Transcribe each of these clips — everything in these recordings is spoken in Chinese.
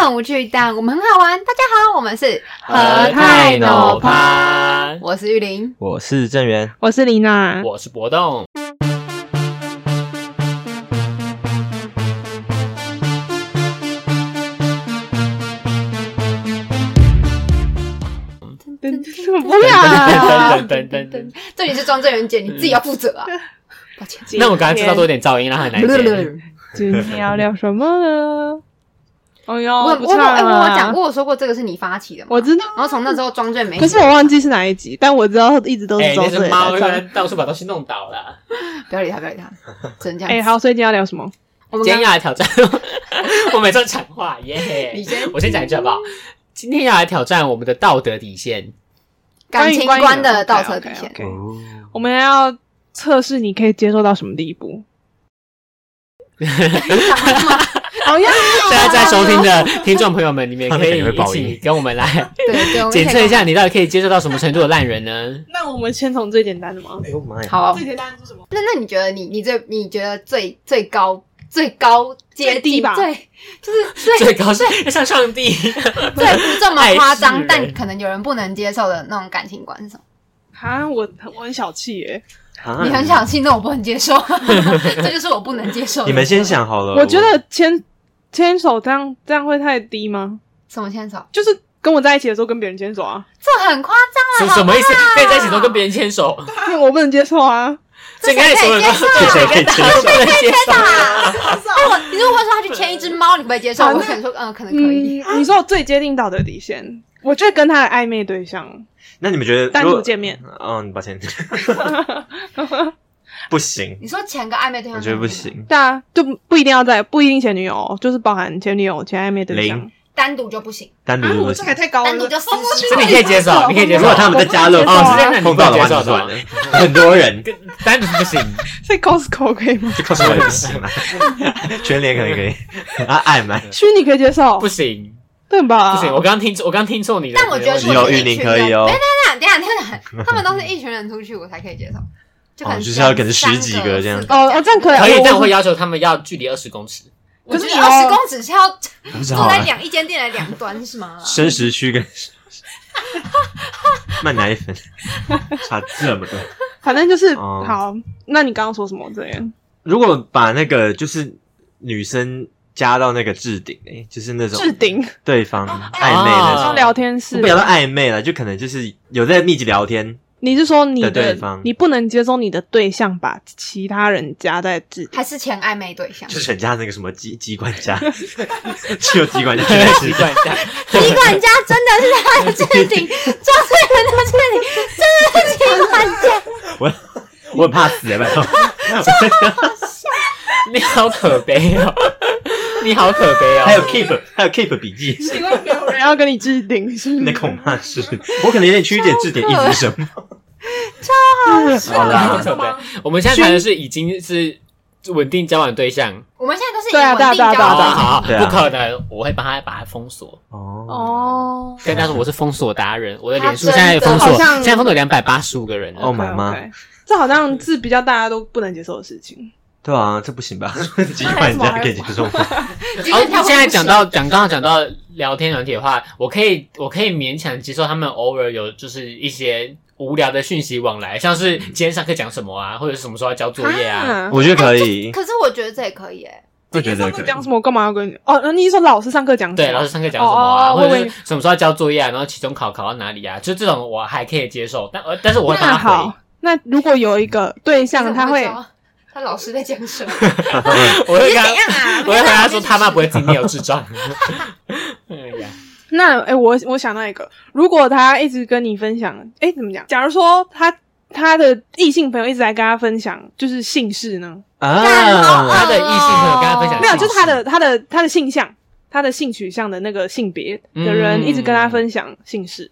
很无趣，但我们很好玩。大家好，我们 是和泰脑趴我是玉玲。我是郑源，我是林娜，我是博栋。受不了 啊噔噔噔噔噔，这里是庄正元姐，你自己要负 责啊！抱歉，那我刚才制造多一点噪音，让他很难接。今天要聊什么呢？ 哎呦，我不我我唱哎我了有讲，过，我说过这个是你发起的吗？我知道，然后从那时候庄正没，可是我忘记是哪一集，但我知道一直都哎是，周那岁只猫来居唱。然到处把东西弄倒了。不要理他，不要理 他，只能这样。哎，好，，所以今天要聊什么？我们今刚天要来挑战，我 每次都抢话你耶！先我先讲一句好不好？今天要来挑战我们的道德底线。感情关于观的哦关于倒车底线， OK，OK，OK 我们要测试你可以接受到什么地 步。哦好呀，现在在收 听的听众朋友们，你们也可以他们肯定会一报起应跟我们来对对，我们可以检测一下，你到底可以接受到什么程度的烂人呢？那我们先从最简单的吗？哎呦妈呀！好啊。最简单是什么？那那你觉得你你最你觉得最最高最高阶最低近吧最就是最最高是哎像上帝，最不这么夸爱世张人，但可能有人不能接受的那种感情观是什么？啊，我我很小气耶。啊你很小气，那我不能接 受，这就是我不能接受的。你们先想好呃了。我觉得牵牵手这样这样会太低吗？什么牵手？就是跟我在一起的时候跟别人牵手啊，这很夸什张啊！什么意思？可以在一起都跟别人牵手，因为我不能接受啊。这该所有人都这谁可以接受？不能接受。哎，我你如果说他去牵一只猫，你会不会接受？好我那可能说，嗯，可能可以。嗯，你说我最接近道德底线，我觉得跟他的暧昧对象那你们觉得单如独果见面，嗯，抱 歉，不行，你说前个暧昧对象，我觉得不，行。对啊，就不一定要在，不一定前女友哦，就是包含前女友、前暧昧对象。零单独就不行，单独不行。太高单独就四十这你可以接受，你可以接如受。果他们在家乐福哦我不能接受啊碰到的话，就算了。很多人跟单独不行，在 Costco 可以吗？就告诉我也不行了。全脸可能可以啊，爱买虚拟可以接受不，行，对吧？不行。我刚听错，我刚听错你了。但我觉得只有玉宁可以哦。等一下，等一下，等一下，他们都是一群人出去，我才可以接受。就可能哦就是要可能三十几个这样四哦哦，这样可以。可以我，但我会要求他们要距离二十公尺。我觉可是得哦你二十要公尺是要不知坐道在了。两一间店的两端是吗？生食区跟 卖奶粉差这么多。反正就是哦好。那你刚刚说什么？这样如果把那个就是女生加到那个置顶，哎，就是那种置顶，对方暧昧那哦种。说聊天室不，要到暧昧了，就可能就是有在密集聊天，你是说你的对的方你不能接受你的对象把其他人加在置顶？还是前暧昧对象就？是人家那个什么机机关家，只有机关家对，是习惯一下。 李管家真的是他的置顶，庄翠人的置顶，真的是李管家。我我很怕死哎，拜托， 你好可悲哦，你好可悲哦。还有 keep 还有 keep 笔记，因为没有人要跟你置顶，是不那是？恐怕是我可能有点曲解字典意思是什么，啊好好啦，可悲。我们现在谈的是已经是稳定交往对象，我们现在都是以对啊对稳啊定交对啊好对往啊。好好，对啊不可能，我会帮他把他封锁。哦哦跟他说我是封锁达人，我的脸书他现在真的封锁，好像现在封锁两百八十五个人哦了。妈妈， OK，OK 这好像是比较大家都不能接受的事 情。对啊，这不行吧？机关家可以接受吗？今哦天跳，现在讲到讲刚刚讲到聊天软体的话，我可以我可以勉强接受他们偶尔有就是一些无聊的讯息往来，像是今天上课讲什么啊，或者是什么时候要交作业啊。嗯啊，我觉得可 以，可是我觉得这也可以哎，我觉得上可课以。讲什么？我干嘛要跟你？哦，那你是说老师上课讲什么？对，老师上课讲什么啊，哦哦或者我以是为什么时候要交作业啊，然后期中考考到哪里啊，就这种我还可以接受，但呃，但是我会帮那他回好，，那如果有一个对象，你他怎么会知道他老师在讲什么？ 啊我你会是怎跟他，样啊？我会回答说他妈不会自己没有智障。哎呀，那哎、诶我我想到一个，如果他一直跟你分享，哎、怎么讲？假如说他他的异性朋友一直在跟他分享，就是姓氏呢？啊嗯哦他的异性朋友跟他分享没有，就是他姓的他的他的性向，他的性取向的那个性别的人嗯一直跟他分享姓氏，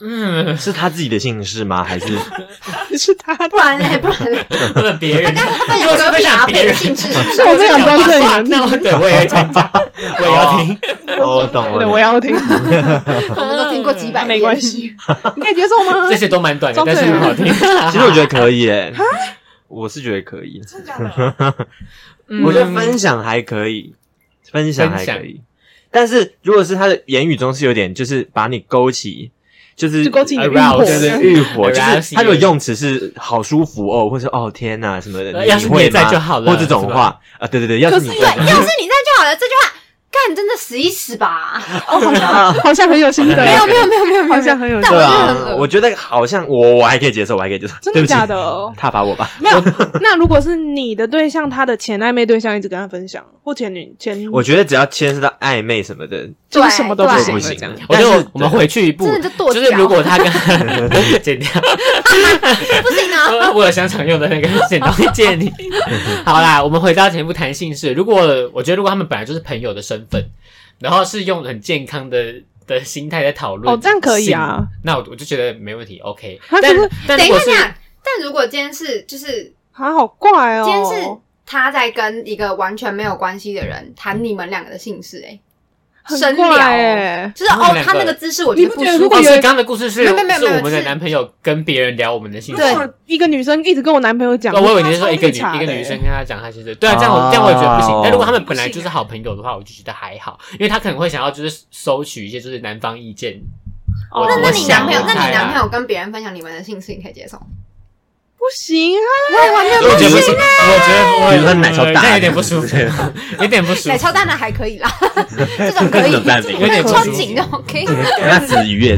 嗯， 是他自己的姓氏吗？还是 是他的。不然嘞，不然嘞，不能别 人，他分享隔壁阿佩的性 质是不是？我不想装正人，那我对我也会参加， 我也要听。哦我懂对，了我。要听，我们都听过几百遍，没关。系，你可以接受吗这？些都蛮短的，装但是醉很 好听。其实我觉得可 以耶，我是觉得可以， 真的假的嗯我觉得分享还可以，分享还可以，但是如果是他的言语中是有点，就是把你勾起，就是就勾起你的欲 arouse，火。对 对欲火，就 Arouse 是他如果用词是好舒服哦，或是哦天哪什么的，呃要是你会你也在吗就好了或这种是吧话啊，对对对，要是可是你对，在就好要是你在就好了。这句话干真的死一死吧。哦，好像好像很有心得，没有没有没有没有没有，好像很有但心我对就得。很啊，恶我觉得好像我我还可以接受，我还可以接受，真的对不起假的哦踏伐我吧， 没有，那如果是你的对象，他的前暧昧对象一直跟他分享，或前女前，我觉得只要牵涉到暧昧什 么的，就是什么都对就不不行了行这样。我觉得但是我我们回去一步，真的就跺就是脚如果他跟 剪掉， 不行啊！呃我有想想用的那个 剪刀借你。好啦，我们回到前一步谈性事。如果我觉得如果他们本来就是朋友的身份，然后是用很健康的的心态在讨论，哦这样可以啊。那我我就觉得没问题，OK。他但可是但等如一下，果等一是下。但如果今天是就是啊，好怪哦。今天是他在跟一个完全没有关系的人谈你们两个的姓氏、欸，哎，很深聊怪哦，哎，就是他们哦两个，他那个姿势我你觉得不不觉得舒服如果哦，有所以刚刚的故事是没有没有没有是我们的是男朋友跟别人聊我们的性事。对如果一个女生一直跟我男朋友讲，哦，我以为觉你得是说一个女一个欸女生跟他讲他其实对啊，这样我这样我也觉得不行哦。但如果他们本来欸就是好朋友的话，我就觉得还好，因为他可能会想要就是收取一些就是男方意见。哦我那那你我男想朋友，我那猜你啦男朋友跟别人分享你们的姓氏，你可以接受吗？不行啊，我也完全我不觉得行不，行，我觉得我比如说奶超大那有点不舒服，有点不舒奶哎服。超蛋的还可以啦，这种可以，怎么办这有点种不超舒服紧哦的 OK。那子瑜耶，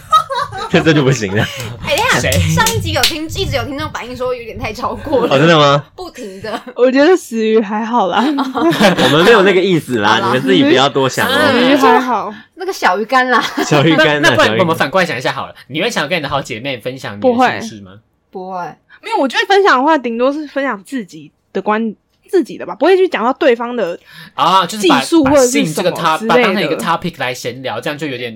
这这就不行了。哎，等一下谁，上一集有听，一直有听众反映说有点太超过哦，真了，的吗？不停的。我觉得死鱼还好啦，我们没有那个意思啦，好啦你们自己不要多想死 哦。鱼还好，那个小鱼干啦，小鱼那干那呐，不小然鱼我们干反过来想一下好了，你会想跟你的好姐妹分享你不会的心事吗？不会，没有，我觉得分享的话，顶多是分享自己的观。自己的吧，不会去讲到对方的，啊，就是把技术把或者是性这个什么 top 之把它当类成一个的 topic 来闲聊，这样就有点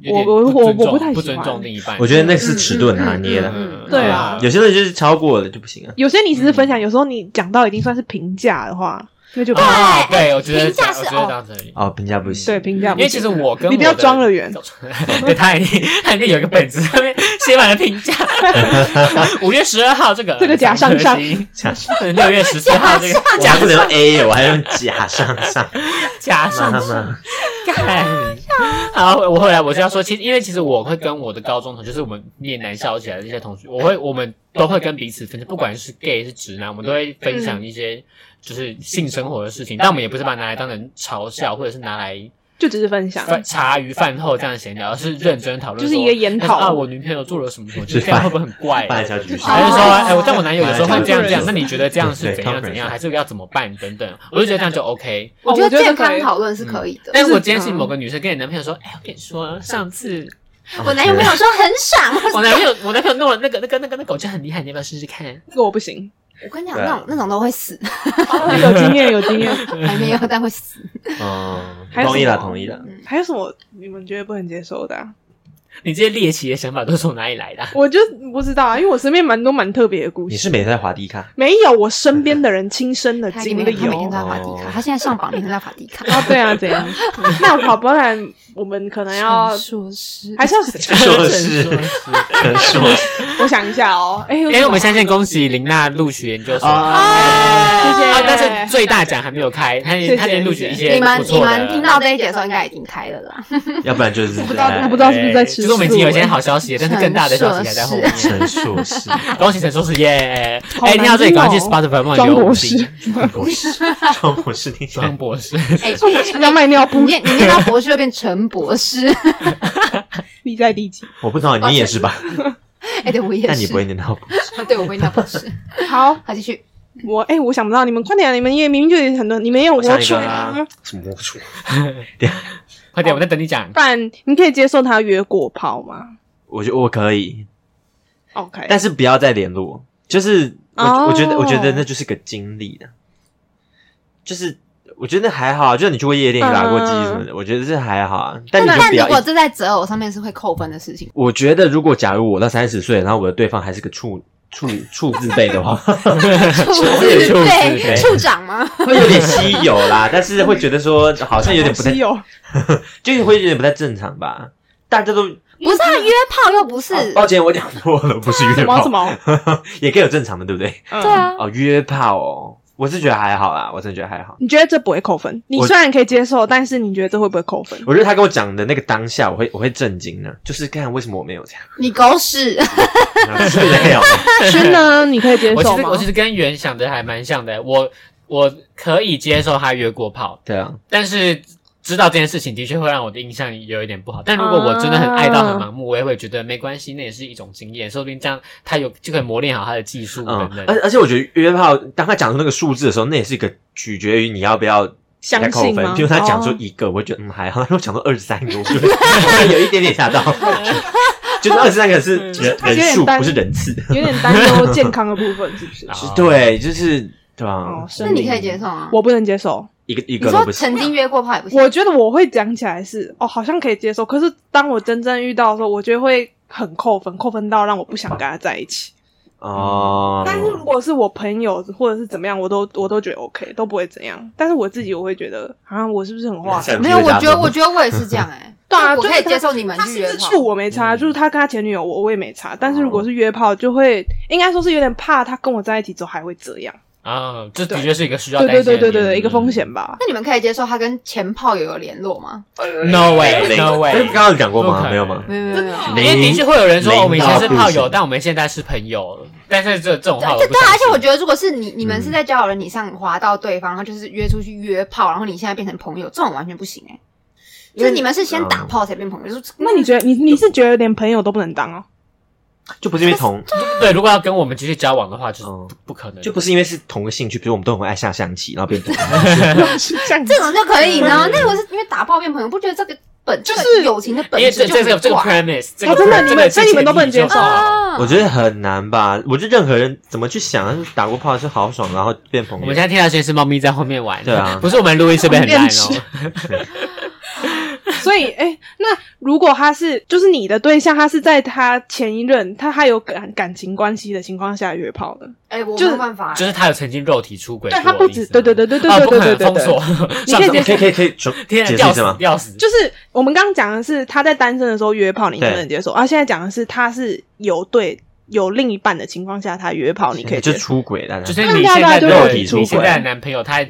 有我点我我尊重我不太喜不尊欢重另一半。我觉得那个是尺度很拿捏嗯嗯的，嗯对啊有些人就是超过了就不行啊。有些你只是分享，有时候你讲到已经算是评价的话，那就不嗯好啊，对，我觉得哎评价我是觉得哦这样子而已。哦，评价不行。对啊评价不因行。为其实我跟你不要我的装了圆 对他已经他已经有一个本子上面写满了评 价，五月十二号这个这个假上上三颗星 六月十四号这个我还不能用 A，耶我还用甲上上。假上妈上， 妈，干你！好，我后来我就要说，其实因为其实我会跟我的高中同学，就是我们念南校起来的这些同学，我会我们都会跟彼此分享，不管是 gay 是直男，我们都会分享嗯一些就是性生活的事情，但我们也不是把它拿来当成嘲笑，或者是拿来就只是分享，饭茶余饭后这样闲聊，而是认真讨论说，就是一个研讨啊，我女朋友做了什么什么，就是这样会不会很怪？啊半小举手。还是说，哎、我但我男友有时候会这样这样哦，那你觉得这样是对怎样 conference 怎样，还是要怎么办等等？我就觉得这样就 OK。哦我觉得健可康以讨论是可以的。但是我今天是某嗯个女生跟你男朋友说，哎、我跟你说，上次啊我男友朋友说很 爽，我男朋友我男朋友弄了那个那个那个那个，我觉得很厉害，你要不要试试看？这个我不行，我跟你讲，对啊那种那种都会 死，啊有 经验有经验。还没有，嗯但会死。 嗯，还有同意了，什么同意了。还有什么你们觉得不能接受的啊、你这些猎奇的想法都是从哪里 来的啊？我就不知道啊，因为我身边蛮多蛮特别的故你事。是每天在滑迪卡？没有，我身边的人亲身的他里经面历他每天有都。在法迪卡，哦他现在上榜，每天都在法迪 卡。啊，对啊，怎样？那好，不然我们哦可能要说是还是要，说是，说是。 我想一下哦。哎、有因为什么我们相信恭喜林娜录取研究所。啊谢谢。啊！但是最大奖还没有开，他谢谢他已经录取一些你们不你错的。们听到这一节的时候，应该已经开了 啦。要不然就是哎不知道我不知道是不是在对哎吃就是我们已经有一些素啊好消息了，但是更大的消息还在后面。陈 硕士，恭喜陈硕士耶！好哎，听到这里难赶听快哦去 Spotify 帮我庄留五博星士。博士，张博士，听起来 庄博士，哎，要卖尿你布，念你念到博士就变陈博 士。你在第几？我不知道，你也是吧？哎，对我也是。但你不会念到， 对，我会念到博士。好，好，继 续。我哎、我想不到，你们快点、啊，你们也明明就有很多，你们也有我想龌一龊个啊啦。什么龌龊？快点，我在等你讲。不然你可以接受他约过跑吗我觉得我可以， ？OK，但是不要再联络。就是我，哦我觉得，我觉得那就是个经历的，就是我觉得还好啊，就是你去过夜店打过机什嗯么的，我觉得这还好啊。但你就但不如要果一直。这在择偶上面是会扣分的事 情，我觉得，如果假如我到三十岁，然后我的对方还是个处处处字辈 的话，处处子对对处长 吗？会有点稀有啦。但是会觉得说，好像有点不太稀，有。 就是会有点不太正常吧。大家都不是啊，约炮又不是哦。抱歉，我讲错了，不是约什么嗯炮，什么？ 也可以有正常的，对不对？对 对，啊，哦，约炮哦，我是觉得还好啦，我真的觉得还好。你觉得这不会扣分？你我虽然可以接受，但是你觉得这会不会扣分？ 我觉得他跟我讲的那个当下，我会我会震惊呢，就是看为什么我没有这样，你狗屎！哦 然后是没有，轩呢？你可以接我受其实吗我？其实跟原想的还蛮像的，我我可以接受他约过炮，对啊，但是知道这件事情的确会让我的印象有一点不好。但如果我真的很爱到很盲目，我也会觉得没关系，那也是一种经验，说不定这样他有就可以磨练好他的技术嗯等等，。而而且我觉得约炮，当他讲出那个数字的时候，那也是一个取决于你要不要相来扣信分吗。比如他讲出哦一个，我会觉得嗯还好；他如果讲出二十三个，我就会我 会有一点点吓到。 就是二十三个是嗯人他有点人数，担不是人次。有点担忧健康的部分，是不是然？后， 对，就是对吧哦？是那你可以接受啊？我不能接受。一个一你个都说不曾行。经约过炮也不行，我觉得我会讲起来是哦，好像可以接受，可是当我真正遇到的时候，我觉得会很扣分，扣分到让我不想跟他在一起。哦，但是如果是我朋友或者是怎么样，我都我都觉得 OK，都不会怎样。但是我自己我会觉得啊，我是不是很花？想没有，接我他觉得吗我觉得我也是这样哎， 对啊就我可就是以他接受你们他去是约吃炮醋，我嗯没差，就是他跟他前女友我我也没差。但是如果哦是约炮，就会应该说是有点怕他跟我在一起之后还会这样。啊，这的确是一个需要对对担心嗯对的对对对，点一个风。险吧。那你们可以接受他跟前炮友有联络吗？ No way，No 但 way，是刚刚有讲过不可吗？能没有吗？没有没有没有，因为的确会有人说零哦我们以前是零到炮不友，行但我们现在是朋友。但是这这种话我就不对啊，相而且我信觉得，如果是你你们是嗯在交友软体上滑到对方，然后就是约出去约炮，然后你现在变成朋友，这种完全不行哎、就是你们是嗯先打炮才变朋友，就是嗯那你觉得你你是觉得连朋友都不能当 哦？就不是因为同，对，如果要跟我们继续交往的话，就是嗯不不可能，就不是因为是同个兴趣，比如我们都很爱下象棋，然后变成是这样子这种就可以呢？那如果是因为打炮变朋友，不觉得这个本嗯就是这个友情的本因为质就这这个很这个怪 premise，这个哦真的 pre- 你们这所个以你们都不能前提接受就是啊我觉得很难吧。我觉得任何人怎么去想，就是打过炮是豪爽，然后变朋我友。们现在听到声音是猫咪在后面玩，对啊不是我们录音设备很 烂哦。所以，哎、那如果他是就是你的对象，他是在他前一任他还有感感情关系的情况下约炮的，哎、我没就是有办法、就是他有曾经肉体出轨过，对他不止，对对对对对哦对不可对能对对封对，锁，你可以上接上可以可以可以，解天啊解释吊一下死吗？吊死，就是我们刚刚讲的是他在单身的时候约炮，你能不能接受？啊，现在讲的是他是有对有另一半的情况下他约炮，你可以接就受。出轨，大家就是那你大现家在就的肉体出你轨现在的男朋友他。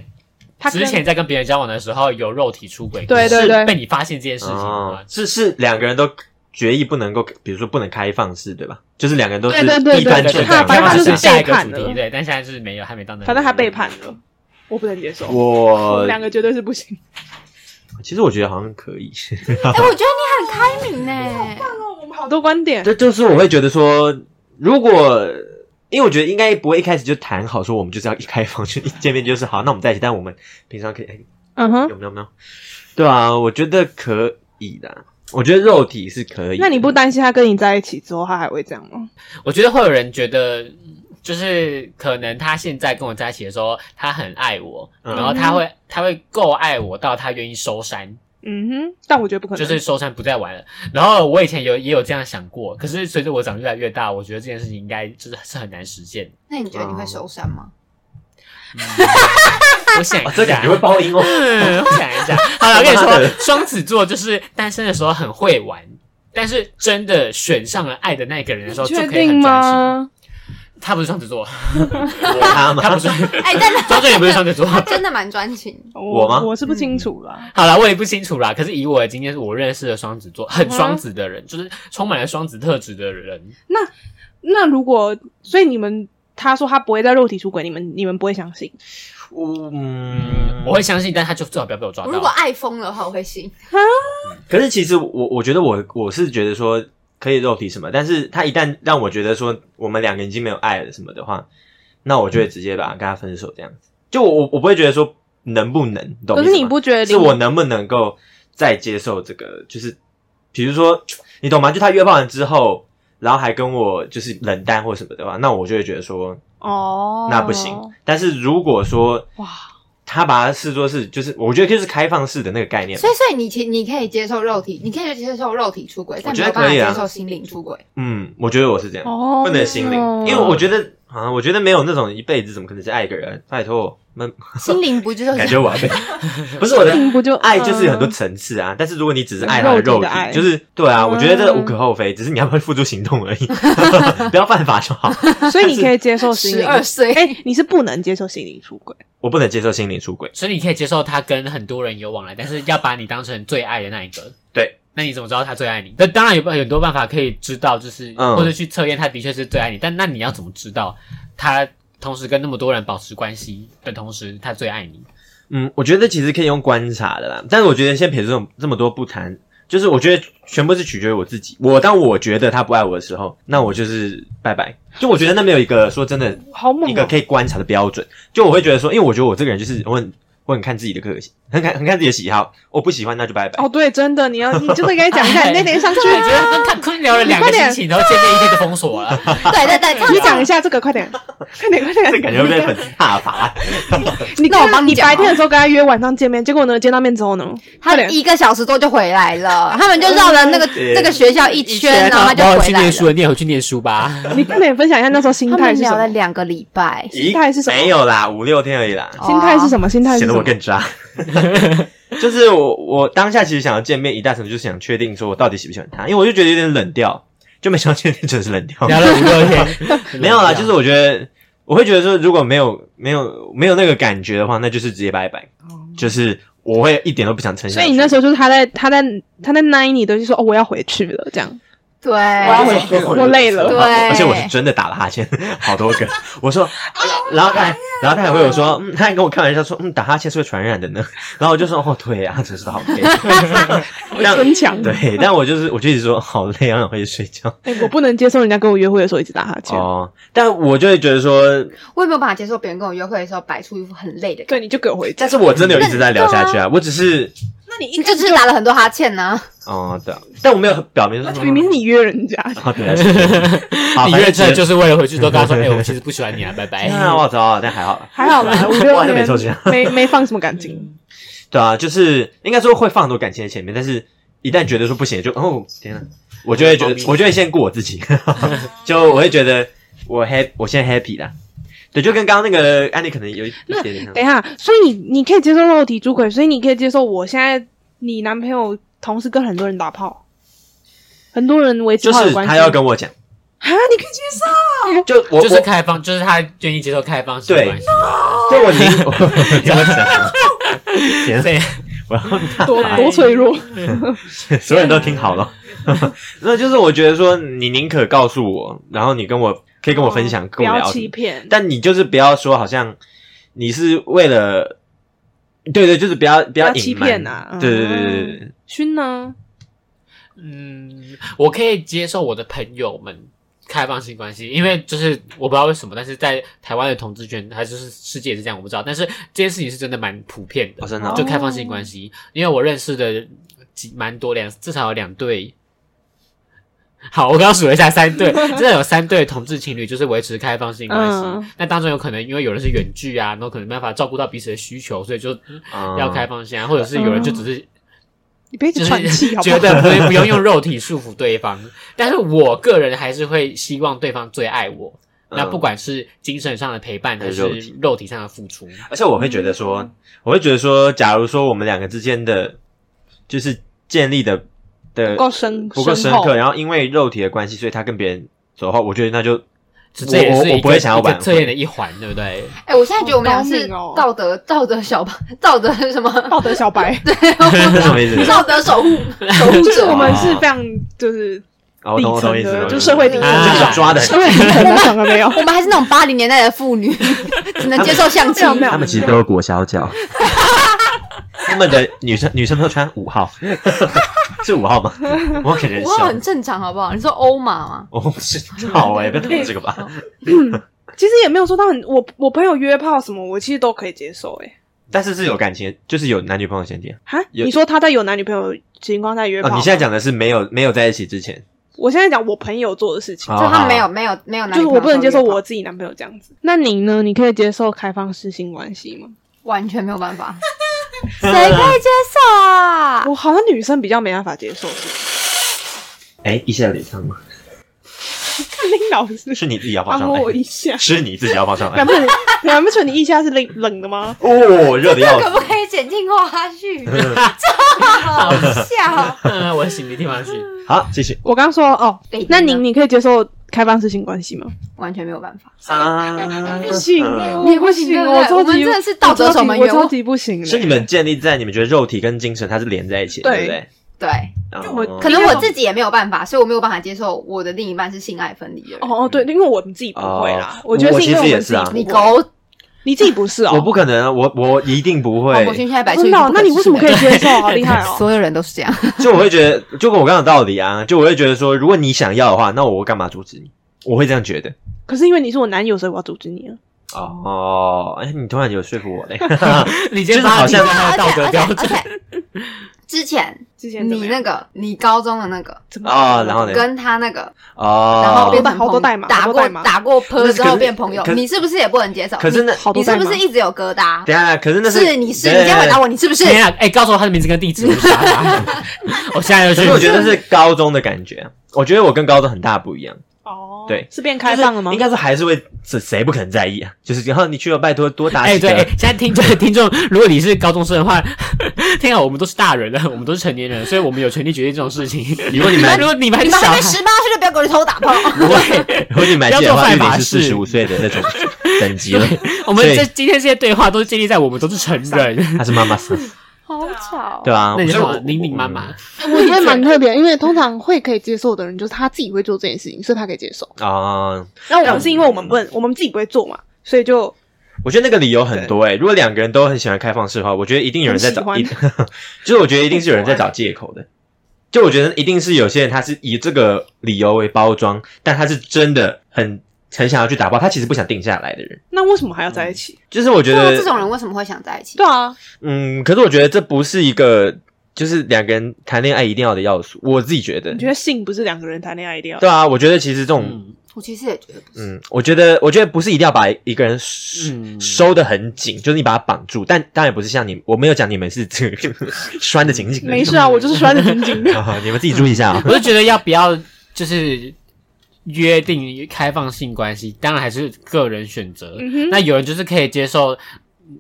他跟之前在跟别人交往的时候有肉体出轨，对对是对被你发现这件事情的哦话，，是是两个人都决议不能够，比如说不能开放式，对吧？就是两个人都是对对对一般对对正对，他常反正他他就是是下一背个叛主了题，对，但现在就是没有，还没到那。反正他背叛了，我不能接受，我我们两个绝对是不行。其实我觉得好像可以，哎、我觉得你很开明呢、嗯哦，我们好多观点，这就是我会觉得说，如果因为我觉得应该不会一开始就谈好说我们就是要一开放就一见面就是好，那我们在一起，但我们平常可以哎嗯哼。有没有有没有？对啊，我觉得可以的，我觉得肉体是可以的。那你不担心他跟你在一起之后他还会这样吗？我觉得会有人觉得，嗯就是可能他现在跟我在一起的时候，他很爱我，嗯然后他会他会够爱我到他愿意收山，嗯哼，但我觉得不可就能。是收山不再玩了。然后我以前有也有这样想过，可是随着我长越来越大，我觉得这件事情应该就是是很难实现。那你觉得你嗯会收山吗？ 我想一哦、这下感觉，会爆音哦。嗯，我想一下。好了，我跟你妈的说，双子座就是单身的时候很会玩，但是真的选上了爱的那个人的时候，就确可以定很专心。吗？他不是双子座，他吗他不是，哎、但是庄正也不是双子座。他真的蛮专 情，我吗我是不清楚啦。好啦，我也不清楚啦。可是以我的经验，是我认识的双子嗯座很双子的人，就是充满了双子特质的人，那如果，所以你们他说他不会在肉体出轨，你们你们不会相信？ 嗯，我会相信，但他就最好不要被我抓我如果到。爱疯了的话，我会信。可是其实我我觉得我我是觉得说可以肉体什么，但是他一旦让我觉得说我们两个已经没有爱了什么的话，那我就会直接把他跟他分手这样子。就我我我不会觉得说能不能，你懂可我意是思你吗不觉得是灵我能不能够再接受这个？就是比如说你懂吗？就他约炮完之后，然后还跟我就是冷淡或什么的话，那我就会觉得说哦，那不行。但是如果说哇，他把它视作是就是我觉得就是开放式的那个概念吧，所以，所以你其你可以接受肉体，你可以接受肉体出轨，但我没觉有得办法可以啊接受心灵出轨。嗯，我觉得我是这样。哦，不能心灵哦，因为我觉得啊，我觉得没有那种一辈子怎么可能是爱一个人？拜托，那心灵不就是 感觉我要被不是我的并不 就爱就是有很多层次啊。但是如果你只是爱他的嗯肉肉体的体爱，就是对啊，我觉得这嗯无可厚非，只是你要不要付出行 动而已，不要犯法就好。 嗯所以你可以接受心十灵，二岁？哎，你是不能接受心灵出轨，我不能接受心灵出轨，所以你可以接受他跟很多人有往来，但是要把你当成最爱的那一个。对，那你怎么知道他最爱你？那当然有很多办法可以知道，就是、嗯或者去测验他的确是最爱你。但那你要怎么知道他同时跟那么多人保持关系的同时，他最爱你？嗯，我觉得其实可以用观察的啦，但是我觉得先撇除这种这么多不谈，就是我觉得全部是取决于我自己。我当我觉得他不爱我的时候，那我就是拜拜。就我觉得那没有一个说真的好猛一个哦！可以观察的标准。就我会觉得说，因为我觉得我这个人就是我很我很看自己的个性，很看很看自己的喜好，我不喜欢那就拜拜。哦，对，真的，你要你真的该讲一哎下，你那天上去对，啊觉得跟他坤聊了两个星期，然后见面一天就封锁了。对对对，这样你讲一下这个，快点， 快点，快点！ 这感觉会被很大罚。你那我帮你你讲白啊天的时候跟他约晚上见面，结果呢，见到面之后呢，他快点一个小时多就回来 了，他们就绕了那个对这个学 校一圈，然后他就我回去来念书了。了，你也回去念书吧。你快点分享一下那时候心他态们是什聊了么？两个礼拜，心态是什么没有啦，五六天而已啦，心态是什么？心态是什哦显得么我？更渣。就是我我当下其实想要见面，一大程度就是想确定说我到底喜不喜欢他，因为我就觉得有点冷掉，就没想到今天真的是冷掉。聊了五六天， 没有啦， 就是我觉得我会觉得说，如果没有没有没有那个感觉的话，那就是直接拜拜，就是我会一点都不想撑下去。哦所以你那时候就是他在他在他在那一你都就说哦，我要回去了，这 样对，我要回去哎我累了对而且我是真的打了哈欠，好多个。我说，啊然后他还，然后他还回我说，嗯，他还跟我开玩笑说，嗯，打哈欠是会传染的呢。然后我就说，哦，对啊，真是的好 累。但真强。对，但我就是我就一直说好累，然后回去 睡觉。哎，我不能接受人家跟我约会的时候一直打哈欠。哦，但我就会觉得说，我也没有办法接受别人跟我约会的时候摆出一副很累的感对，你就给我回家但。是我真的有一直在聊下去啊，我只是，那你觉，你就只是打了很多哈欠呢。哦，对啊，但我没有表明说，啊明明是你约人家，哦，对啊，是 好你反认正。真的就是是为了回去都跟他说，哎，我其实不喜欢你啊，拜拜。 啊，我操！但还好啦，哎还好 啦，五我六还是没抽天签没没放什么感情。对啊，就是应该说会放很多感情在前面，但是一旦觉得说不行，就哦天呐，我就会觉得，我就会先顾我自己， 就我会觉得我 happy，我现在 happy 啦。对，就跟刚刚那个案例可能有一一点点像等一下，所以你你可以接受肉体出轨，所以你可以接受我现在你男朋友同时跟很多人打炮，很多人维持就炮友是关系。他要跟我讲，啊，你可以接受。就我就是我开放，就是他愿意接受开放式对关系。就 我宁我怎么讲？天呐，对， 我要多对啊多脆弱，所有人都听好了。 那就是我觉得说，你宁可告诉我，然后你跟我可以跟我分享，哦不跟我要聊欺骗。但你就是不要说好像你是为了，对对，就是不要不不要隐欺瞒骗啊！对对对对对对，勋呢？嗯，我可以接受我的朋友们开放性关系，因为就是我不知道为什么，但是在台湾的同志圈还是世界也是这样，我不知道。但是这件事情是真的蛮普遍的，哦真的哦就开放性关系，因为我认识的几蛮多两，至少有两对。好，我刚刚数了一下，三对，真的有三对同志情侣就是维持开放性关系。嗯那当中有可能因为有人是远距啊，然后可能没办法照顾到彼此的需求，所以就嗯要开放性啊，或者是有人就只是你别一就直是喘气好不觉好？得不用不用用肉体束缚对方，但是我个人还是会希望对方最爱我。嗯那不管是精神上的陪伴，还还是肉是肉体上的付出，而且我会觉得说，我会觉得说，假如说我们两个之间的，就是建立的的不够深，不够深厚刻，然后因为肉体的关系，所以他跟别人走的话，我觉得那就这这也我是我一不个会想要一个挽测验回的一环，对不对？ 哎，我现在觉得我们俩好是高明哦道德道德小吧，道德什 么？道德小 白，是什么意思？道德守护守护就是者，我们是非常就是 哦哦，我底懂我层懂意思，的，懂就意思社会底层啊就的是小抓的，社 会底层的想了没 有？我们还是那种八零年代的妇 女，只能接受相亲。没有他们其实都是裹小 脚，他们的女生女生都穿五号， 是五号吗？我给人我笑很。正常，好不好？你说欧玛吗？我不知道哦哎、欸，不要讨论这个吧。其实也没有说到很，我我朋友约炮什么，我其实都可以接受。哎，但是是有感情，就是有男女朋友前提啊。哈，有你说他在有男女朋友的情况下约炮哦吗？你现在讲的是没有没有在一起之前，我现在讲我朋友做的事情，哦就他没。好有好没有没有男就是女朋友的时候约炮，我不能接受我自己男朋友这样子。那您呢？你可以接受开放式性关系吗？完全没有办 法，谁可以接受啊？我好像女生比较没办法接受，是不是哎，一下有点烫吗？看 林老师，是你自己要放他上摸啊我来一，下，是你自己要放上 来难。不成难不成你腋下是冷冷的吗？哦，热的要可不死，可以剪进花 絮？这好笑。嗯，我的行李听完去，好，继续我刚说哦北，那京呢您你可以接受开放式性关系吗？完全没有办法。啊，不行嗯，你不对行，不对我超我们级真的是道德守门我员超级我超级不行的。是你们建立在你们觉得肉体跟精神它是连在一起的，对对不对？哦对，然我后可能我自己也没有办法，所以我没有办法接受我的另一半是性爱分离的人。哦哦对，因为我们自己不会啦哦，觉得是因为我其实们也自是己啊不会你狗，你自己不是哦，我不可能啊，我我一定不黄会国，勋现在摆出一真的副哦，不那你为什么可以置接受？ 好信厉的害表 哦情！所有人都是这样，就我会觉得，就跟我刚刚的道理啊，就我会觉得说，如果你想要的话，那我干嘛阻止你？我会这样觉得。可是因为你是我男友，所以我要阻止你啊。哦，哎，你突然有说服 我嘞，你今天就是好像把他的道德标而准且。而 且之前之前怎么你样那个，你高中的那个，怎么哦，然后呢？跟他那个，哦，然后变原本好多朋代码打好多代过码打过不喷是之可后是变朋友可，是你是不是也不能接受？可是那好你你多是代不码是一直有疙瘩？等一下，可是那是你是，等你一下今天回答我，你是不是 天？啊，哎，告诉我他的名字跟地址，我就杀他我现在就可去。是我觉得是高中的感觉，我觉得我跟高中很大不一样，哦，对是变开放了吗应？该说还是会，谁谁不可能在意啊？就是然后你去了，拜托多打哎，几个对，哎 现在听众听众，如果你是高中生的话， 天啊，我们都是大人了，我们都是成年人，所以我们有权利决定这种事情。 如果你们 如果你们还你是们小还孩没，十八岁就不要给我去偷打炮。如果你买不进的话，要玉做犯林法是事四十五岁的那种等级了， 我们所以这今天这些对话都是建立在我们都是成 人，她是妈妈桑，好巧对吧？那你所以我说玲玲妈妈，我觉得蛮特别，因为通常会可以接受的人，就是他自己会做这件事情，所以他可以接受。啊，那我们哦是因为我们不能，我们自己不会做嘛，所以就我觉得那个理由很多哎。如果两个人都很喜欢开放式的话，我觉得一定有 人在找，很一喜就是我觉得一定是有人在找借口的。就我觉得一定是有些人他是以这个理由为包装，但他是真的很很想要去打包，他其实不想定下来的人。那为什么还要在一起？就是我觉对啊，得 这种人为什么会想在一起？对啊，嗯，可是我觉得这不是一个就是两个人谈恋爱一定要的要素，我自己觉得你。觉得性不是两个人谈恋爱一定要对啊，我觉得其实这种，嗯我其实也觉得不是。嗯，我觉得，我觉得不是一定要把一个人嗯收的很紧，就是你把他绑住，但当然不是像你，我没有讲你们是这个 拴的紧紧的，没事啊，我就是拴的紧 紧的。啊，你们自己注意一下啊、我就觉得要不要就是约定开放性关系，当然还是个人选择。嗯哼那有人就是可以接受，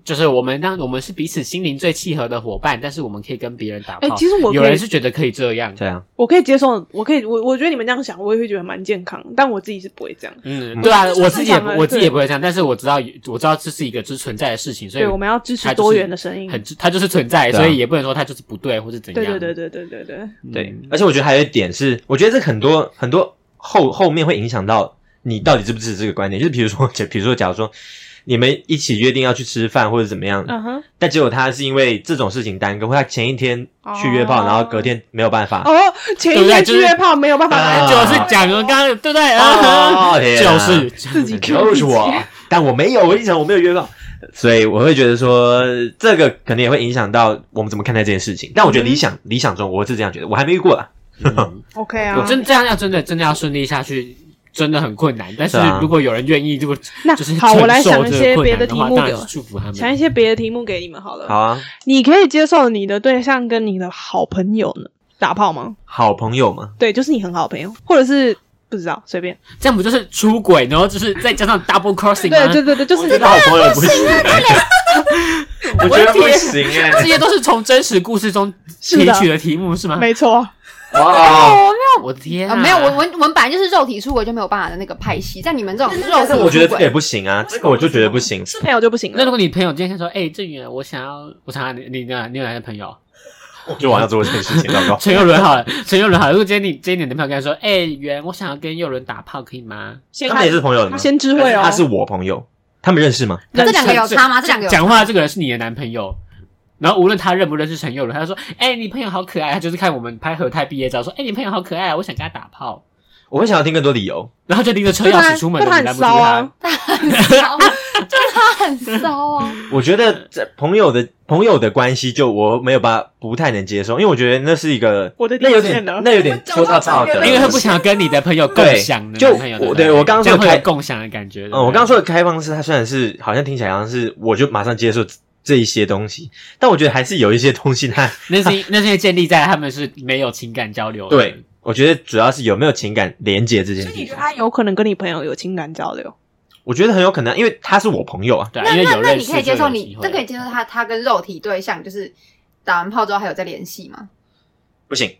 就是我们让我们是彼此心灵最契合的伙伴，但是我们可以跟别人打炮。哎其实我可以有人是觉得可以这样，对啊，我可以接受，我可以，我我觉得你们这样想，我也会觉得蛮健康，但我自己是不会这样。嗯，对啊，嗯我自己也不这是正常的我自己也不会这样，但是我知道我知道这是一个就是存在的事情，所以对，我们要支持它就是多元的声音。很它就是存在，对啊所以也不能说它就是不对或是怎样。对对对对对对对，嗯对，而且我觉得还有一点是，我觉得这很多很多后后面会影响到你到底支不支持这个观点，就是比如说，就比如说，假如说你们一起约定要去吃饭或者怎么样，嗯哼，但结果他是因为这种事情耽搁，或他前一天去约炮，哦然后隔天没有办法。哦，前一对天就去是呃约炮没有办法啊来，哎就是讲刚刚对不对？ 哦天就啊是自己 Q 就是我，但我没有，我跟你讲，我没有约炮，所以我会觉得说，这个可能也会影响到我们怎么看待这件事情。但我觉得理想、理想中，我是这样觉得，我还没遇过啦。嗯 OK 我啊。真这样要真的真的要顺利下去，真的很困难。但是是啊如果有人愿意，如果那就是啊好，我来承受想一这个些困别难的的题话目当给然我是，祝福他们。想一些别的题目给你们好了。好啊，你可以接受你的对象跟你的好朋友呢打炮吗？好朋友嘛，对，就是你很好的朋友，或者是不知道随便。这样不就是出轨，然后就是再加上 double crossing 对吗？对对对，就我是觉得好朋友不行，啊 我觉得不我的行哎、 这些都是从真实故事中是提的取的题目是吗？没错。哇， 我的天啊，啊！没有，我我我们本来就是肉体出轨就没有办法的那个派系，但你们这种肉体但我觉得出这个也轨，不行啊，这个我就觉得不行。是朋友就不行那如了。果你朋友今天说，哎，郑源，我想要，我想要你你的你有哪些朋友？就我要做这件事情，糟糕。陈佑伦好了， 陈佑伦好了。如果今天你今天你的朋友跟他说，哎，源，我想要跟佑伦打炮，可以吗？先他们也是啊朋友的他吗？先知会哦，他是我朋友，他们认识吗？这两个有差吗？这两个有差讲话这个人是你的男朋友，然后无论他认不认识陈佑伦，他就说：“哎、你朋友好可爱。”他就是看我们拍和泰毕业照，说：“哎、你朋友好可爱啊，我想跟他打炮。我会想要听更多理由。”然后就拎着车对啊钥他匙出门对了，他你拦很不住骚啊他。，很骚， 就他很骚啊。我觉得这朋友的朋友的关系，就我没有办法，不太能接受，因为我觉得那是一个我的底那有线点了那有点戳到道德，因为他不想跟你的朋友共享的对男朋友，就我对不对我刚刚这样说会有开共享的感觉。对不对嗯，我刚刚说的开放式，它虽然是好像听起来好像是我就马上接受这一些东西，但我觉得还是有一些东西它哦那是那是因为建立在他们是没有情感交流的。对，我觉得主要是有没有情感连接这件所事以你觉情得。他有可能跟你朋友有情感交流？我觉得很有可能，因为他是我朋友啊。对啊，那因为那有那认你识可以接受你，这那可以接受他他跟肉体对象就是打完炮之后还有在联系吗？不行，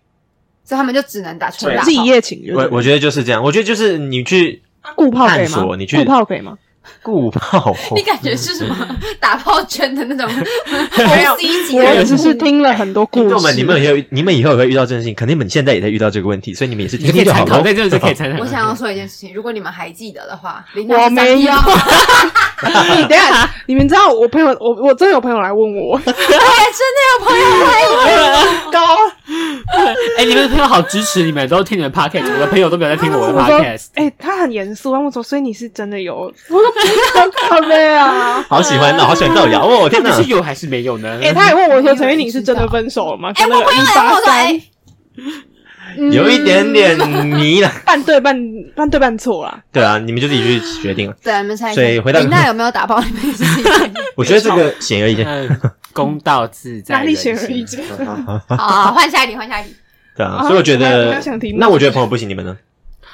所以他们就只能打纯对打啊炮是一夜情就我对了？我觉得就是这样。我觉得就是你去顾炮可以探索吗你？去顾炮可以吗？顾炮，你感觉是什么 打炮圈的那 种没有 OC 级我也人只物？是听了很多故听众事。们，你 们也有你们以后也会遇到这件事情，可能你们现在也在遇到这个问题，所以你们也是你听可以听就参好考，了。对，这个是可以参考。我想要说一件事情，如果你们还记得的话，零我没 有要哎等一下， 你们知道我朋友，我我真的有朋友来问我，真的有朋友哎来高， 啊哎，你们的朋友好支持你们，都听你们 podcast，我的朋友都没有在听我的 我说 podcast，哎、他很严肃，他问我说，所以你是真的有？我说不可没啊。好喜欢，那好喜欢造谣哦！天到底 哪是，有还是没有 呢？ 哎、他也问我说：“陈玉，你是真的分手了吗？”哎跟那我个朋友一来问八我说三哎有一点点迷了。半对半半对半错啦。对啊，你们就自己去决定了。对，你们猜一下，所以回到林娜有没有打炮？你们也是自己 决我觉得这个显而易见。嗯公道自在，哪里显而易见？定好好，换下一题，换下一题。对啊，啊所以我觉我得要想题，目那我觉得朋友不行，你们呢？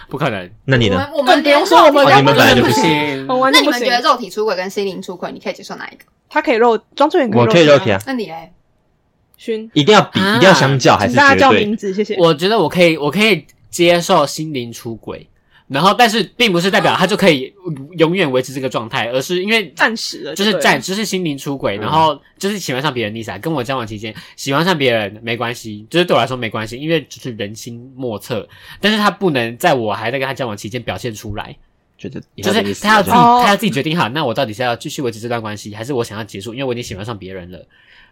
不可能，那你我呢？们我更们不用说我们连肉体哦你们本来就不行行 我完那全你不们行觉得肉体出轨跟心灵出轨，你可以接受哪一个？他可以肉，庄志远可以我可以肉体啊。啊，那你嘞？勋，一定要比，啊一定要相较，还请是大家绝叫对名？字，谢谢。我觉得我可以，我可以接受心灵出轨，然后但是并不是代表他就可以永远维持这个状态，而是因为暂时的，就是暂暂就是心灵出轨，嗯然后就是喜欢上别人，Lisa 啊跟我交往期间喜欢上别人没关系，就是对我来说没关系，因为就是人心莫测，但是他不能在我还在跟他交往期间表现出来，觉得以就后是的意思他要自己、哦他要自己决定好，那我到底是要继续维持这段关系，还是我想要结束，因为我已经喜欢上别人了。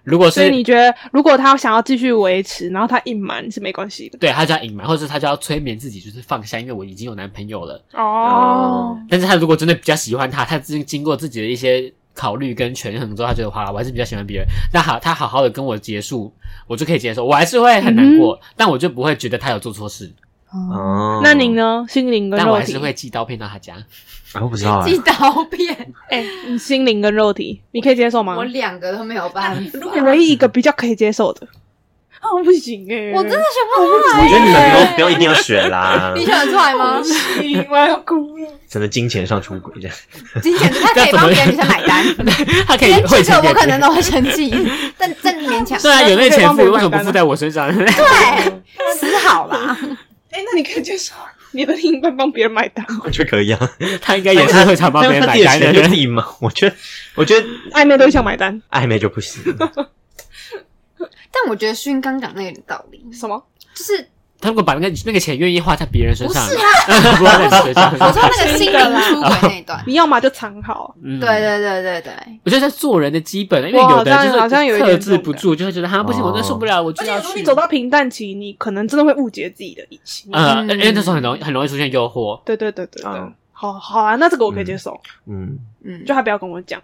如果所是以你觉得，如果他想要继续维持，然后他隐瞒是没关系的对他就要隐瞒，或者是他就要催眠自己，就是放下，因为我已经有男朋友了。哦，但是他如果真的比较喜欢他，他经经过自己的一些考虑跟权衡之后，他觉得哇，我还是比较喜欢别人。那好，他好好的跟我结束，我就可以接受，我还是会很难嗯过，但我就不会觉得他有做错事，哦那您？呢？心灵跟但我肉还体是，会寄刀片到他家。 啊我不知道啊寄，刀片，哎、你心灵跟肉体，你可以接受吗？我两个都没有办法。如果唯一一个比较可以接受的，啊，不行哎、我真的想不哎出我来觉得你们耶不用不用一定要选 啦，你想得出来 吗？行，我要哭了。只能金钱上出轨这样。金钱他可以帮别人女生买单，他 可以连汇这钱个给我可别能人，都会生气，但但勉强虽然有那个钱付，啊可以帮别人为什么买单不啊付在我身上？ 对，死好啦。哎、那你可以接受你的另一半帮别人买单？我觉得可以啊，他应该也是会常帮别人但买 是他单自己的的钱就人自。 己嘛。我觉得，我觉得暧昧对象买单？暧昧就不行，但我觉得勋刚讲那个有点道理，什么？就是他如果把那个那个钱愿意花在别人身不上，是不啊？花在你身我 上，说那个心灵出轨那一段，你要嘛就藏好，嗯对对对对对，我觉得在做人的基本，因为哇有的人就是好像有一克点制不住，就会觉得哈不行，我真的受不了，我就而且要如果去。你走到平淡期，你可能真的会误解自己的一切。呃，嗯因为那时候很容易很容易出现诱惑。对对对对对，啊好好啊，那这个我可以接受，嗯。嗯，就他不要跟我讲。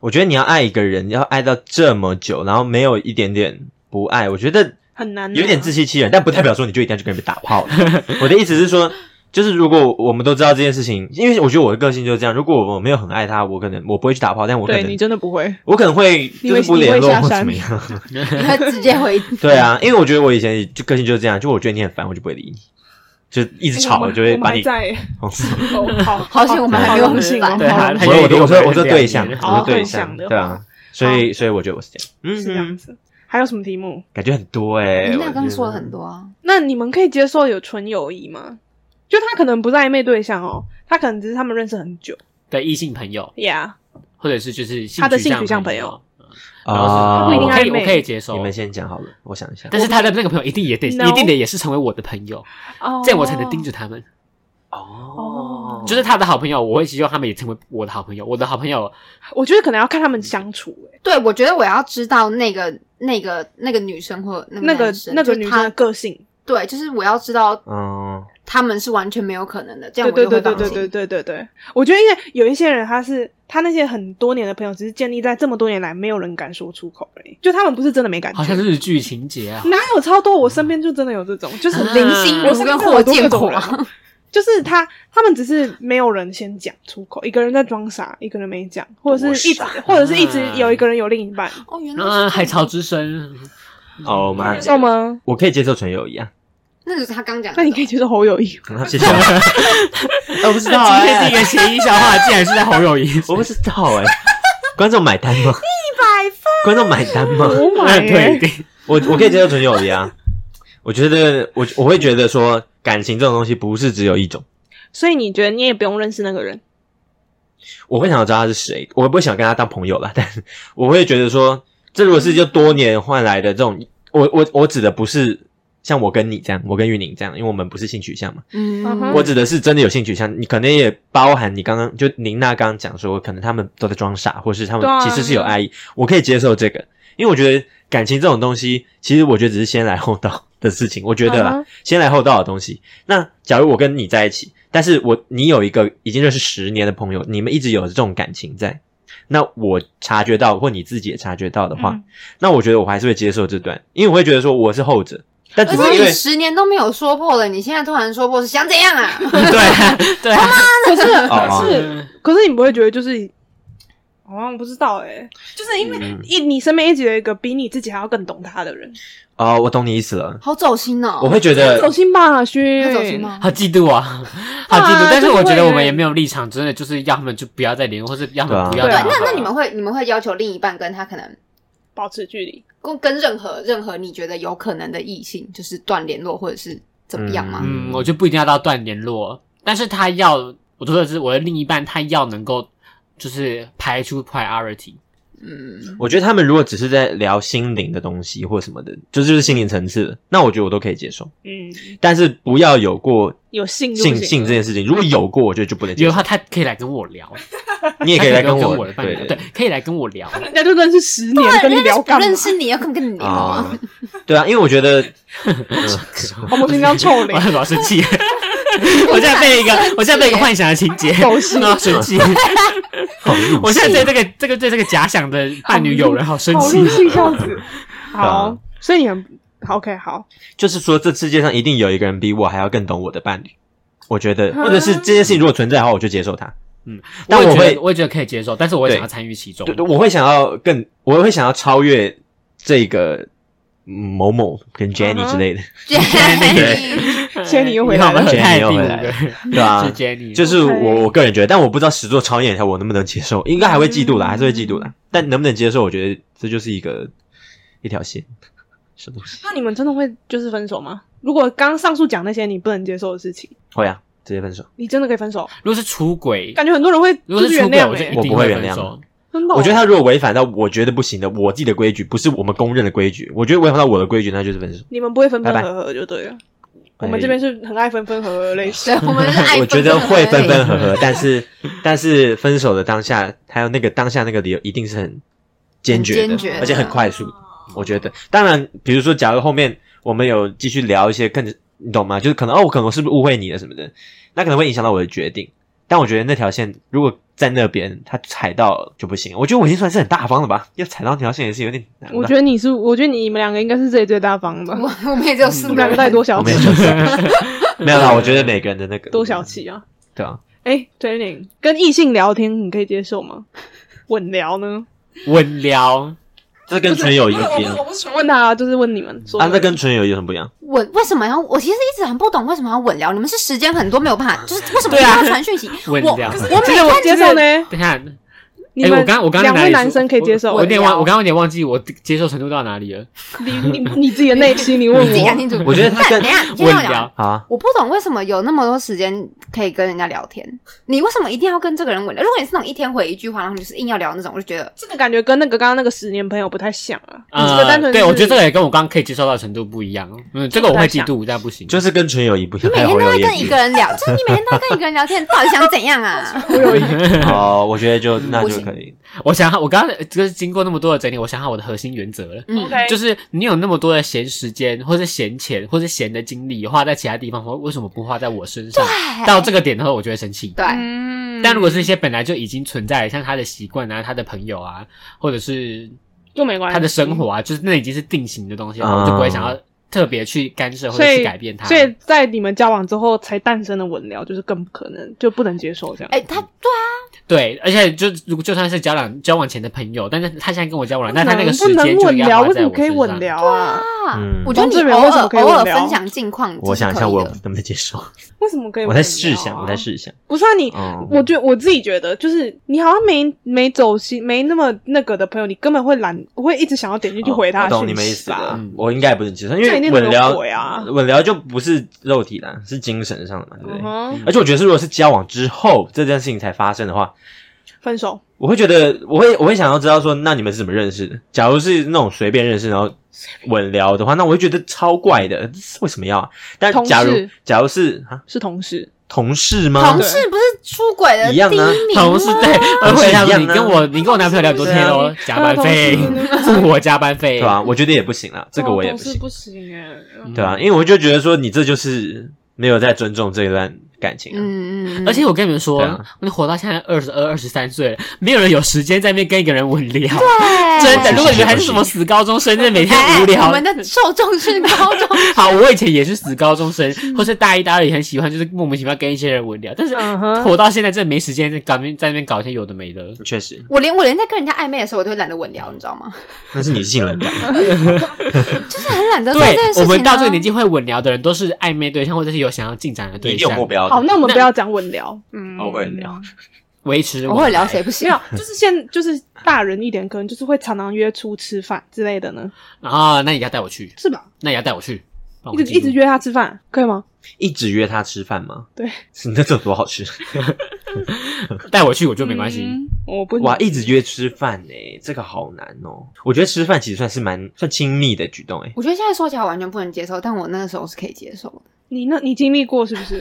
我觉得你要爱一个人，要爱到这么久，然后没有一点点不爱，我觉得很难啊有点自欺欺人，但不代表说你就一定要去跟别人打炮。 我的意思是说，就是如果我们都知道这件事情，因为我觉得我的个性就是这样，如果我没有很爱他，我可能我不会去打炮，但我可对能你真的不会，我可能会你就会是不联你络会或下山怎么样。你会直接回对啊，因为我觉得我以前就个性就是这样，就我觉得你很烦，我就不会理你，就一直哎我吵，们我就会我们把还 你。在，哦哦好，好险我们还没有好荣幸哦，很对好还荣还幸我有我一个我说我说人对象，两年哦我说对对象，象的哦对啊，所以所以我觉得我是这样，嗯是这样嗯，子。还有什么题目？感觉很多哎，林娜刚我刚觉说了得很多啊，那你们可以接受有纯友谊吗？就他可能不是暧昧对象哦，他可能只是他们认识很久的异性朋友， ，Yeah，或者是就是性他的取性取向朋朋友嗯友，然后是啊，不一定我可以暧昧我可以接受你，们先讲好了，我想一下。但是他的那个朋友一定也得 No 一定得也是成为我的朋友，哦这样我才能盯着。他们。哦就是他的好朋友，我会希望他们也成为我的好朋友。我的好朋友，我觉得可能要看他们相处、欸，对我觉得我要知道那个那个那个女生或那个那个男生那个就是女生她的个性，对，就是我要知道嗯，他们是完全没有可能的，这样对我对就对会放对对心。对对对对。我觉得因为有一些人他是他那些很多年的朋友，只是建立在这么多年来没有人敢说出口而已，就他们不是真的没感好像觉。日剧情节啊，哪有超多？我身边就真的有这种，就是啊零林心我如身跟边霍有多建啊这种国人，就是他，他们只是没有人先讲出口，一个人在装傻，一个人没讲，或者是一直多，或者是一直有一个人有另一半，啊哦，原来是这嗯，样 海潮之声，哦妈嗯知道吗？我可以接受纯友谊啊，那就是他刚讲的那那你可以种。接受侯友谊吗，谢谢。我不知道今天哎、第一个谐音笑话竟然是在侯友 谊，我不知道哎、观众买单吗？百分观众买单吗？我 买对耶一定。我我可以接受纯友谊啊。我觉得我我会觉得说感情这种东西不是只有一种，所以你觉得你也不用认识那个人？我会想要知道他是谁，我不会想跟他当朋友啦， 但是我会觉得说，这如果是就多年换来的这种，我我我指的不是像我跟你这样，我跟玉宁这样，因为我们不是性取向嘛，嗯嗯，哼我指的是真的有性取向，你可能也包含你刚刚就宁娜刚刚讲说，可能他们都在装傻，或是他对啊们其实是有爱意，我可以接受这个，因为我觉得感情这种东西，其实我觉得只是先来后到的事情，我觉得啦嗯哼先来后到的东西。那假如我跟你在一起，但是我你有一个已经认识十年的朋友，你们一直有这种感情在，那我察觉到或你自己也察觉到的话，嗯那我觉得我还是会接受这段，因为我会觉得说我是后者，但只而是且因为你十年都没有说破了，你现在突然说破是想怎样 啊？对啊对啊，可是哦可是可是你不会觉得就是，好像不知道哎、就是因为嗯一你身边一直有一个比你自己还要更懂他的人，哦，我懂你意思了，好走心哦。我会觉得走心吧，勋他走心 吗？好嫉妒啊，好嫉对妒啊。但是就是我觉得会我们也没有立场，真的就是要他们就不要再联络，或是要他们不对要啊对，再那麻烦那你们会你们会要求另一半跟他可能保持距离。跟跟任何任何你觉得有可能的异性就是断联络或者是怎么样吗？嗯，我就不一定要到断联络，但是他要我说的是我的另一半，他要能够就是排出 priority，嗯，我觉得他们如果只是在聊心灵的东西或什么的，就是就是心灵层次的，那我觉得我都可以接受。嗯，但是不要有过有性入性性性这件事情，如果有过，我觉得就不能有接的受。话他可以来跟我聊，你也他可以来跟我，我的伴对侣聊，对，可以来跟我聊。人家就认识十年，跟你聊不干嘛？认识你要跟跟你聊啊，啊，对啊，因为我觉得嗯我们平常臭 我脸，要老生气，我现在被一个我现在被一个幻想的情节，狗血 我要生气。好入我现在戏对这个这个对这个假想的伴侣友人好生好气入。戏孝子。好啊，所以你很好 OK 好，就是说，这世界上一定有一个人比我还要更懂我的伴侣。我觉得，啊或者是这件事情如果存在的话，我就接受它。嗯，但我也我觉会得，我也觉得可以接受，但是我会对想要参与其中对。对，我会想要更，我会想要超越这个嗯某某啊跟 Jenny 之类的，对，所以你又回来以后我了们很爱 Jenny 又第五回个来了对 吧、是 Jenny，就是我 OK 我个人觉得，但我不知道实作超演一下我能不能接受，应该还会嫉妒啦，还是会嫉妒啦。但能不能接受，我觉得这就是一个一条线，什么东西？那你们真的会就是分手吗？如果刚上述讲那些你不能接受的事情，会啊，直接分手。你真的可以分手？如果是出轨，感觉很多人会如就果是是原出轨，我谅就欸一定我不会分原手谅。真的哦。我觉得他如果违反到我觉得不行的，我自己的规矩，不是我们公认的规矩，我觉得违反到我的规矩，那就是分手。你们不会分分拜拜合合就对了。我们这边是很爱分分合合的类 型。对， 我们是爱哎。我觉分得分合会合的分类型分合合，但是但是分手的当下，还有那个当下那个理由，一定是很坚决很的，坚决的而且很快速。我觉得，当然，比如说，假如后面我们有继续聊一些更，你懂吗？就是可能哦，我可能是不是误会你了什么的，那可能会影响到我的决定。但我觉得那条线如果在那边，他踩到就不行。我觉得我已经算是很大方了吧，要踩到那条线也是有点难吧。我觉得你是，我觉得你们两个应该是这里最大方的，我我们也只有四你们个两个人太多小我气啊没，有就是，没有啦。我觉得每个人的那个多小，气啊！对啊，哎，对你跟异性聊天，你可以接受吗？稳聊呢？稳聊，这跟纯友谊不一样我不是问他啊，就是问你们说啊，那跟纯友谊有什么不一样？稳为什么要？我其实一直很不懂为什么要稳聊。你们是时间很多没有办法，就是为什么对一定啊要传讯息？稳我聊我其实我接受呢。等一下，你哎，们我刚我刚两哪位里男说生可以我接受啊我有点稳忘，聊我刚刚有点忘记我接受程度到哪里了。你你 你自己的内心，你问自己讲嗯我，清楚。我觉得他但跟等一下，你先稳让我讲。聊，好啊，我不懂为什么有那么多时间可以跟人家聊天，你为什么一定要跟这个人稳聊？如果你是那种一天回一句话，然后你就是硬要聊那种，我就觉得这个感觉跟那个刚刚那个十年朋友不太像啊。你这个单呃，纯对我觉得这是个也跟我刚刚可以接受到的程度不一样。嗯，这个我会嫉妒，但不行。就是跟纯友谊不一样，每还有天朋都友在也跟不一一个样。人聊， 就是你每天都在跟一个人聊天，到底想怎样啊？ 哦，我觉得就那就可以。 我想好，我刚刚就是经过那么多的整理，我想好我的核心原则了。嗯， OK，就是你有那么多的闲时间，或是闲钱，或是闲的精力花在其他地方，为什么不花在我身上？到这个点的时候，我就会生气。对，嗯但如果是一些本来就已经存在的，像他的习惯啊、他的朋友啊，或者是就没关系，他的生活啊，就是那已经是定型的东西了，嗯我就不会想要特别去干涉或所者去以改变它。所以 在你们交往之后才诞生的稳聊，就是更不可能，就不能接受这样。哎，他对啊，对，而且就如果就算是交往交往前的朋友，但是他现在跟我交哦往了，不但他那个能不时间能就稳应该聊，花为什在么我可以身稳上。聊啊？ 啊嗯，我觉得王志你远偶为什么可以尔偶尔稳聊分享近况，我想一下，我能不能接受？为什么可以我稳聊啊？在试想，我在试想。不是啊，你嗯，我觉我自己觉得，就是你好像没没走心、没那么那个的朋友，你根本会懒，会一直想要点进去回他哦我的懂你讯们意息思吧了。。嗯我应该也不是接受，因啊这一为定没有稳聊鬼啊稳聊就不是肉体啦，是精神上的嘛，对不嗯对？哼，而且我觉得，如果是交往之后这件事情才发生的话，分手我会觉得，我会我会想要知道说，那你们是怎么认识的？假如是那种随便认识，然后稳聊的话，那我会觉得超怪的，这是为什么要、啊？但同事假如假如是啊是同事，同事吗？同事不是出轨的一第样啊名吗同事对，我同事回答一样你啊跟我你跟我男朋友聊多啊天哦，加班费对啊 同，付我加班啊费，对嗯啊吧、我觉得也不行啦，这个我也不行，哦嗯不行哎。对啊吧、因为我就觉得说，你这就是没有在尊重这一段感情、啊。嗯嗯，嗯而且我跟你们说，对啊你活到现在二十二、二十三岁了，没有人有时间在那边跟一个人稳聊。对真的，是如果你是们还是是什么死高中生，真的哎每天无聊。我们的受众是高中生好，我以前也是死高中生，或是大一、大二也很喜欢，就是莫名其妙跟一些人稳聊。但是嗯哼活到现在，真的没时间在搞在那边搞一些有的没的。确实，我连我连在跟人家暧昧的时候，我都会懒得稳聊，你知道吗？那是你性冷 感，就是很懒得做这对件事，情、啊。我们到这个年纪会稳聊的人，都是暧昧对象或者是有想要进展的你一对定有象。目标的。好，那我们不要讲稳聊，嗯，哦稳聊，维持偶稳尔聊谁不没行啊有？，就是现就是大人一点，可能就是会常常约出吃饭之类的呢，啊，那你要带我去，是吧？那你要带我去，帮我一直一直记录约他吃饭，可以吗？一直约他吃饭吗？对，你 那有多好 吃带我去，我就没关系。嗯，我不哇！一直约吃饭呢、这个好难哦。我觉得吃饭其实算是蛮算亲密的举动哎、我觉得现在说起来我完全不能接受，但我那个时候是可以接受的，你那你经历过是不是？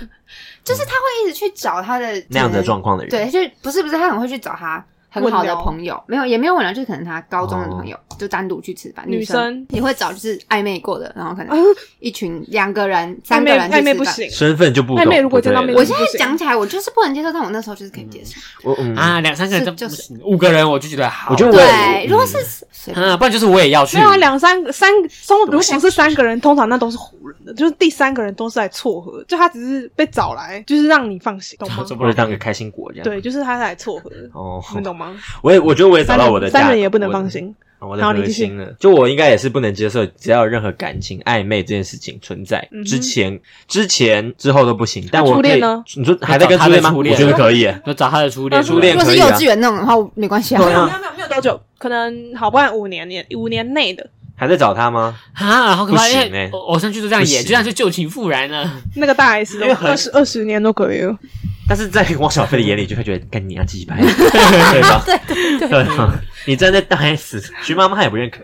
就是他会一直去找他的那样子的状况的人，对，就是不是不是，他很会去找他很好问的聊朋友，没有也没有问聊，就是可能他高中的朋友、就单独去吃饭，女女生也会找就是暧昧过的，然后可啊能一群两个人、暧三个昧人去暧昧不吃饭。行，身份就不同暧昧如果见到不面对了我就现在讲起来，我就是不能接受，但我那时候就是可以接受。我嗯啊，两三个人是都就是不行五个人我就觉得好，我觉得我对，嗯如果是随便啊，不然就是我也要去。没有啊，两三个三通，如果是三个人，通常那都是唬人的，就是第三个人都是来撮合，就他只是被找来，就是让你 放心，懂吗？怎或么者当个开心果这样。对，就是他是来撮合，哦，你们懂吗？我也我觉得我也找三到我的人价三值人也不能放，心，我的然后我的你核继续心了。就我应该也是不能接受，只要有任何感情暧昧这件事情存在嗯哼之前、之前、之后都不行。但那我初可恋以呢，你说还在跟初恋吗？找他的初我恋觉得可以啊耶。就找他的初恋，初恋如果可是以幼啊稚园那种的话，我没关系啊。对啊没有没有没有多久，可能好不然五年年五年内的还在找他吗？啊，好可怕！不因行为欸偶偶像剧都这样不演，行就像是旧情复燃了。那个大 S 因为都很二十二十年都可以了，但是在汪小菲的眼里，就会觉得干你啊，鸡掰，对吧？对对对，你站在大 S，徐妈妈也不认可，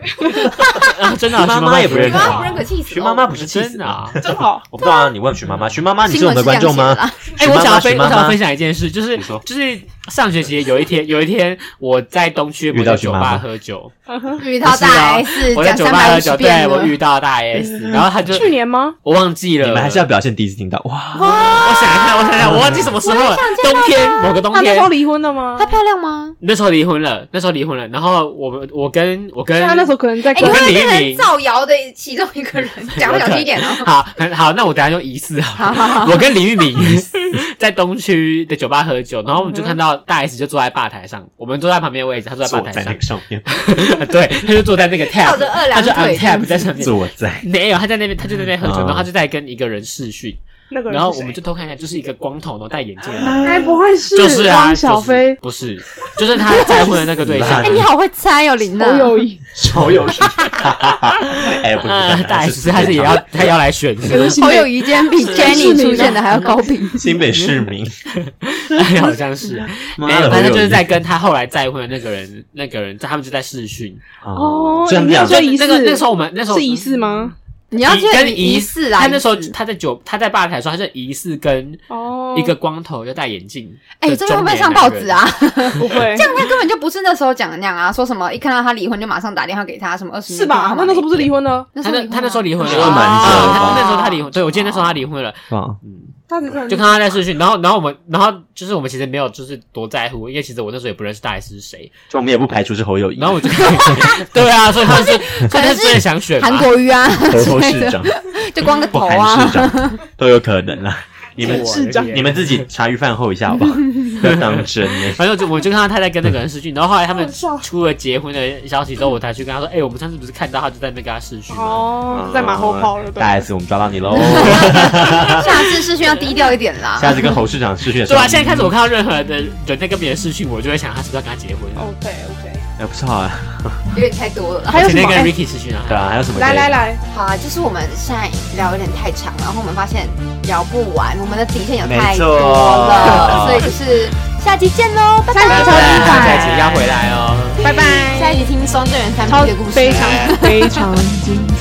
啊，真的啊， 妈徐妈也不徐认可妈妈不认可气死，徐妈妈不是气真死的啊啊。真好。我不知道啊，你问徐妈妈，徐妈妈，你是我们的观众吗？哎，徐妈我妈想要分，徐我妈妈想要分享一件事，就是你说就是上学期有一天， 有一天我在东区某遇到个徐酒妈妈吧喝酒，遇到大 S 啊我在讲酒三吧百五喝十酒，对遍了我遇到大 S，然后他就去年吗？我忘记了，你们还是要表现第一次听到哇，我想一下，我想一下，我忘记什么时候了，冬天某个冬他那天时候。离婚了吗？她漂亮吗？那时候离婚了，那时候离婚了，然后我们我跟我跟他啊那时候可能在哎，跟你我会不跟会变李玉成宁造谣的其中一个 人？讲话小心一点哦。好，很好，那我等一下用疑似好了。我跟林玉敏在东区的酒吧喝酒，然后我们就看到大 S 就坐在吧台上，我们坐在旁边的位置，他坐在坐吧台在那上个，上面，对，他就坐在那个 tab，翘着二他郎就腿 on tab 在上面。坐在。没有，他在那边，他就在那边喝酒，嗯然后他就在跟一个人视讯，那个人是谁，然后我们就偷看一下，就是一个光头，然后戴眼镜的男的，该不会是就是啊，汪小就是菲？不是，就是他再婚的那个对 象哎，， 你好会猜哦，林好娜。有意，超有趣，哎，不是呃，大 S 他是也要他也要来选，是 不是好有一间比 Jenny 出现的还要高频。 新北市民，好像是， 妈没的有，嗯哎反正就是在我有跟他后来再婚的那个人，那个人，他们就在视讯。哦啊这样啊你这没有样说就对疑似那个那个时候我们那时候嗯是疑似吗？你要去跟疑似啊？他那时候疑似他在酒他在吧台的时候，他就疑似跟哦，一个光头又戴眼镜，哎，这个会不会上报纸？啊？不会这。样他根本就不是那时候讲的那样啊！说什么一看到他离婚就马上打电话给他，什么二十 是吧？他们那时候不是离婚了？那时他候那他那时候离婚了，我觉得蛮啊扯的吧他那时候他离婚，对我记得那时候他离婚了，啊，他只是就看他在视讯，然后然后我们然后就是我们其实没有就是多在乎，因为其实我那时候也不认识大 S 是谁，就我们也不排除是侯友谊，然后我就 对啊，所以他们是所以他是真的想选吧 韩国瑜啊，侯市长、就光个头或韩啊 市，长都有可能啦。啊你们我智障的天你们自己茶余饭后一下好不好？不要当真 呢、反正我就我就看到他在跟那个人视讯，然后后来他们好笑出了结婚的消息之后，我才去跟他说：“哎、我们上次不是看到他就在那边跟他视讯吗？”哦，在马后炮了，对大哦 S，我们抓到 你喽！下次视讯要低调一点啦。下次跟侯市长试训的时对候，啊，现在开始我看到任何的人在跟别人视讯，我就会想他是不是要跟他结婚。 OK OK，哎，不错啊，有点太多了。还有前什天么？跟哎 Ricky 视讯啊，对啊，还有什么？来来，来，好啊，就是我们现在聊有点太长，然后我们发现聊不完，我们的底线有太多了，没错所以就是下期见喽，拜下拜集。超精彩下一集要回来哦。拜拜，下一集听双证人三超批的故事，啊非常非常精彩。